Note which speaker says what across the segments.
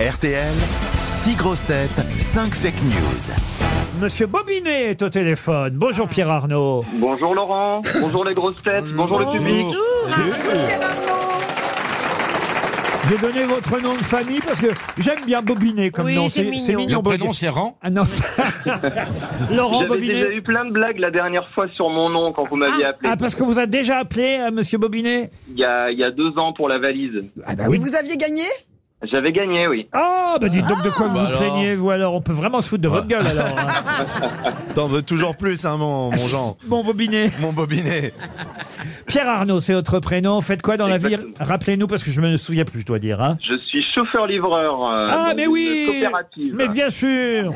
Speaker 1: RTL, 6 grosses têtes, 5 fake news.
Speaker 2: Monsieur Bobinet est au téléphone. Bonjour Pierre Arnaud.
Speaker 3: Bonjour Laurent, bonjour les grosses têtes, bonjour le public.
Speaker 2: J'ai donné votre nom de famille parce que j'aime bien Bobinet comme
Speaker 4: Oui,
Speaker 2: nom.
Speaker 4: c'est mignon.
Speaker 2: c'est mignon
Speaker 5: Le
Speaker 2: Bobinet.
Speaker 5: prénom, c'est Ran.
Speaker 2: Ah non. Laurent
Speaker 3: J'avais
Speaker 2: Bobinet.
Speaker 3: déjà eu plein de blagues la dernière fois sur mon nom quand vous m'aviez appelé.
Speaker 2: Ah, parce qu'on vous a déjà appelé, euh, monsieur Bobinet
Speaker 3: Il, y a, il y a deux ans pour la valise.
Speaker 2: Ah, bah
Speaker 6: Et vous aviez gagné
Speaker 3: J'avais gagné, oui.
Speaker 2: Ah, bah dites donc de quoi vous vous
Speaker 5: alors.
Speaker 2: plaignez, vous alors On peut vraiment se foutre de votre gueule alors. hein.
Speaker 1: T'en veux toujours plus, hein, mon, mon Jean,
Speaker 2: Bon, Bobinet.
Speaker 1: mon bobinet.
Speaker 2: Pierre Arnaud, c'est votre prénom. Faites quoi dans la vie
Speaker 3: Exactement.
Speaker 2: Rappelez-nous parce que je me souviens plus, je dois dire. hein.
Speaker 3: Je suis chauffeur-livreur euh,
Speaker 2: Ah,
Speaker 3: dans
Speaker 2: mais
Speaker 3: une
Speaker 2: oui
Speaker 3: coopérative
Speaker 2: Mais bien sûr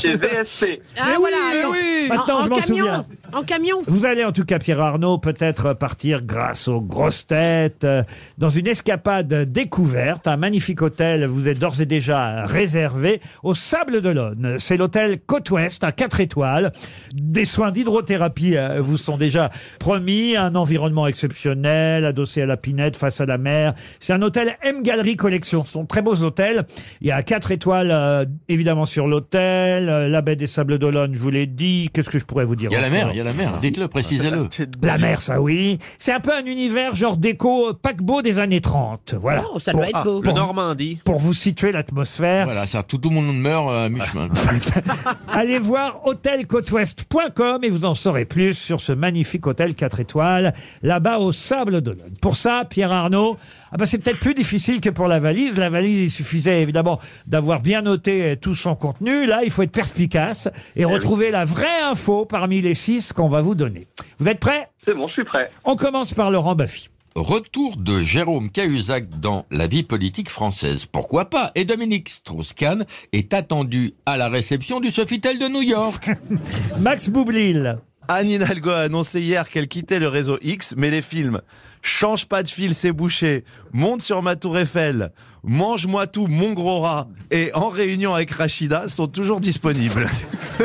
Speaker 3: chez VSC.
Speaker 4: Ah,
Speaker 2: Mais oui,
Speaker 4: voilà,
Speaker 2: mais
Speaker 4: alors-
Speaker 2: oui.
Speaker 4: en-
Speaker 2: Maintenant,
Speaker 4: en
Speaker 2: je m'en
Speaker 4: camion,
Speaker 2: souviens.
Speaker 4: En camion.
Speaker 2: Vous allez en tout cas, Pierre Arnaud, peut-être partir grâce aux grosses têtes euh, dans une escapade découverte. Un magnifique hôtel vous est d'ores et déjà réservé au Sable d'Olonne. C'est l'hôtel Côte-Ouest à 4 étoiles. Des soins d'hydrothérapie euh, vous sont déjà promis. Un environnement exceptionnel, adossé à la pinette, face à la mer. C'est un hôtel M Gallery Collection. Ce sont très beaux hôtels. Il y a 4 étoiles, euh, évidemment, sur l'hôtel. Euh, La baie des Sables d'Olonne, je vous l'ai dit. Qu'est-ce que je pourrais vous dire
Speaker 5: Il y a la mer,
Speaker 2: encore
Speaker 5: il y a la mer. Dites-le, précisez-le.
Speaker 2: la mer, ça oui. C'est un peu un univers genre déco euh, paquebot des années 30. Voilà.
Speaker 4: Oh, ça
Speaker 2: pour,
Speaker 4: doit être beau.
Speaker 2: Pour-
Speaker 7: Normandie.
Speaker 2: pour vous situer l'atmosphère,
Speaker 5: Voilà, ça, tout, tout le monde meurt euh, à mi-chemin.
Speaker 2: allez voir hôtelcôtouest.com et vous en saurez plus sur ce magnifique hôtel 4 étoiles là-bas au Sable d'Olonne. Pour ça, Pierre Arnaud, ah ben c'est peut-être plus difficile que pour la valise. La valise, il suffisait évidemment d'avoir bien noté euh, tout son contenu. Là, il faut être perspicace
Speaker 4: Eh
Speaker 2: et retrouver la vraie info parmi les six qu'on va vous donner. Vous êtes prêts
Speaker 3: C'est bon, je suis prêt.
Speaker 2: On commence par Laurent Baffy.
Speaker 5: Retour de Jérôme Cahuzac dans la vie politique française. Pourquoi pas Et Dominique Strauss-Kahn est attendu à la réception du Sofitel de New York.
Speaker 2: Max Boublil.
Speaker 1: Anne Hidalgo a annoncé hier qu'elle quittait le réseau X, mais les films Change pas de fil, c'est bouché, Monte sur ma tour Eiffel, Mange-moi tout, mon gros rat et En réunion avec Rachida sont toujours disponibles.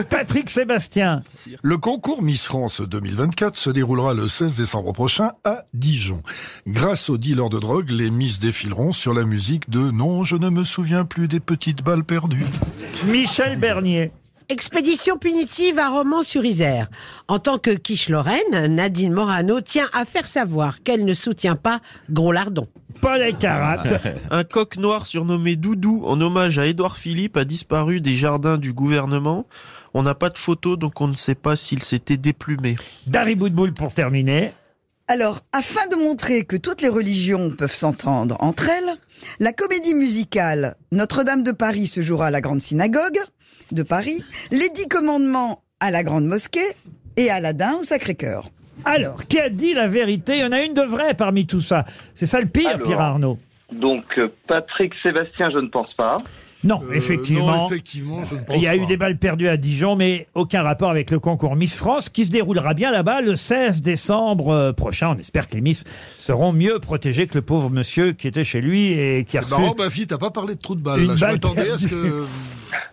Speaker 2: Patrick Sébastien.
Speaker 8: Le concours Miss France 2024 se déroulera le 16 décembre prochain à Dijon. Grâce aux dealers de drogue, les Miss défileront sur la musique de Non, je ne me souviens plus des petites balles perdues.
Speaker 2: Michel Bernier.
Speaker 4: Expédition punitive à Romans-sur-Isère. En tant que quiche Lorraine, Nadine Morano tient à faire savoir qu'elle ne soutient pas Gros Lardon.
Speaker 2: Paul Elkarat.
Speaker 7: Un coq noir surnommé Doudou en hommage à Édouard Philippe a disparu des jardins du gouvernement. On n'a pas de photo, donc on ne sait pas s'il s'était déplumé.
Speaker 2: Dari Boudboul pour terminer.
Speaker 6: Alors, afin de montrer que toutes les religions peuvent s'entendre entre elles, la comédie musicale Notre-Dame de Paris se jouera à la Grande Synagogue de Paris, les Dix Commandements à la Grande Mosquée et Aladdin au Sacré-Cœur.
Speaker 2: Alors, qui a dit la vérité Il y en a une de vraie parmi tout ça. C'est ça le pire,
Speaker 3: Alors.
Speaker 2: Pierre Arnaud.
Speaker 3: Donc euh, Patrick Sébastien, je ne pense pas.
Speaker 2: Euh, Non, effectivement.
Speaker 8: effectivement, je ne pense
Speaker 2: Il y a eu des balles perdues à Dijon, mais aucun rapport avec le concours Miss France qui se déroulera bien là-bas le 16 décembre euh, prochain. On espère que les Miss seront mieux protégées que le pauvre monsieur qui était chez lui et qui a reçu.
Speaker 8: fille, t'as pas parlé de trou de balle.
Speaker 2: Une là. Je balle m'attendais à ce
Speaker 8: que.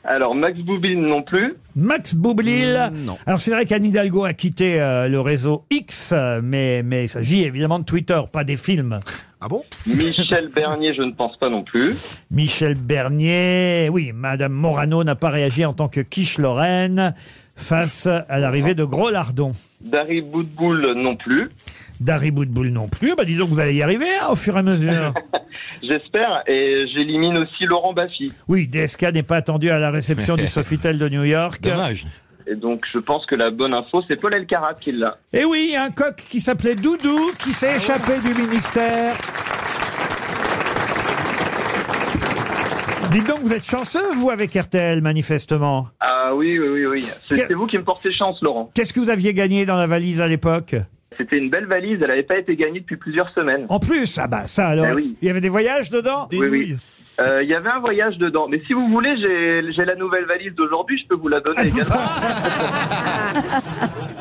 Speaker 3: Alors Max Boubine non plus.
Speaker 2: Max Boublil.
Speaker 8: non.
Speaker 2: Alors c'est vrai qu'Anne Hidalgo a quitté euh, le réseau X, euh, mais, mais il s'agit évidemment de Twitter, pas des films.
Speaker 8: Ah bon
Speaker 3: Michel Bernier, je ne pense pas non plus.
Speaker 2: Michel Bernier, oui, Madame Morano n'a pas réagi en tant que quiche Lorraine face à l'arrivée de Gros Lardon.
Speaker 3: Dari Boudboul non plus.
Speaker 2: Dari Boudboul non plus. Bah dis donc, vous allez y arriver hein, au fur et à mesure.
Speaker 3: J'espère. Et j'élimine aussi Laurent Baffy.
Speaker 2: Oui, DSK n'est pas attendu à la réception du Sofitel de New York.
Speaker 5: Dommage.
Speaker 3: Et donc je pense que la bonne info, c'est Paul Elkarat qui l'a.
Speaker 2: Et Eh oui, un coq qui s'appelait Doudou qui s'est échappé du ministère. Dites donc, vous êtes chanceux, vous, avec RTL, manifestement.
Speaker 3: Ah oui, oui, oui, oui.
Speaker 2: Quel-
Speaker 3: C'est c'est vous qui me portez chance, Laurent.
Speaker 2: Qu'est-ce que vous aviez gagné dans la valise à l'époque
Speaker 3: C'était une belle valise, elle n'avait pas été gagnée depuis plusieurs semaines.
Speaker 2: En plus, ah bah ça alors,
Speaker 3: Eh oui.
Speaker 2: il y avait des voyages dedans
Speaker 3: Oui, oui. Euh, Il y avait un voyage dedans. Mais si vous voulez, j'ai j'ai la nouvelle valise d'aujourd'hui, je peux vous la donner également.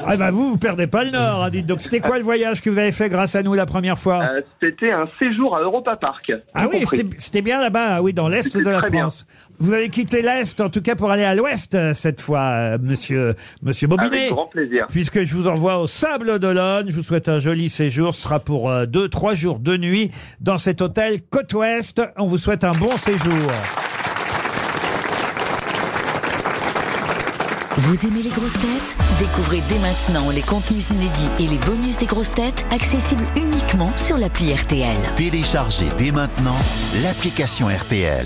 Speaker 2: Ah bah vous, vous perdez pas le nord, hein, dites donc. C'était quoi le voyage que vous avez fait grâce à nous la première fois
Speaker 3: Euh, C'était un séjour à Europa Park.
Speaker 2: Ah
Speaker 3: Tout
Speaker 2: oui,
Speaker 3: compris.
Speaker 2: c'était c'était bien là-bas, ah oui, dans l'est
Speaker 3: C'était
Speaker 2: de la
Speaker 3: très bien.
Speaker 2: France. Vous avez quitté l'Est, en tout cas pour aller à l'Ouest euh, cette fois, euh, monsieur, monsieur Bobinet.
Speaker 3: Avec Ah grand plaisir.
Speaker 2: Puisque je vous envoie au Sable d'Olonne, je vous souhaite un joli séjour. Ce sera pour euh, deux, trois jours, deux nuits dans cet hôtel Côte-Ouest. On vous souhaite un bon séjour.
Speaker 9: Vous aimez les grosses têtes Découvrez dès maintenant les contenus inédits et les bonus des grosses têtes accessibles uniquement sur l'appli RTL.
Speaker 10: Téléchargez dès maintenant l'application RTL.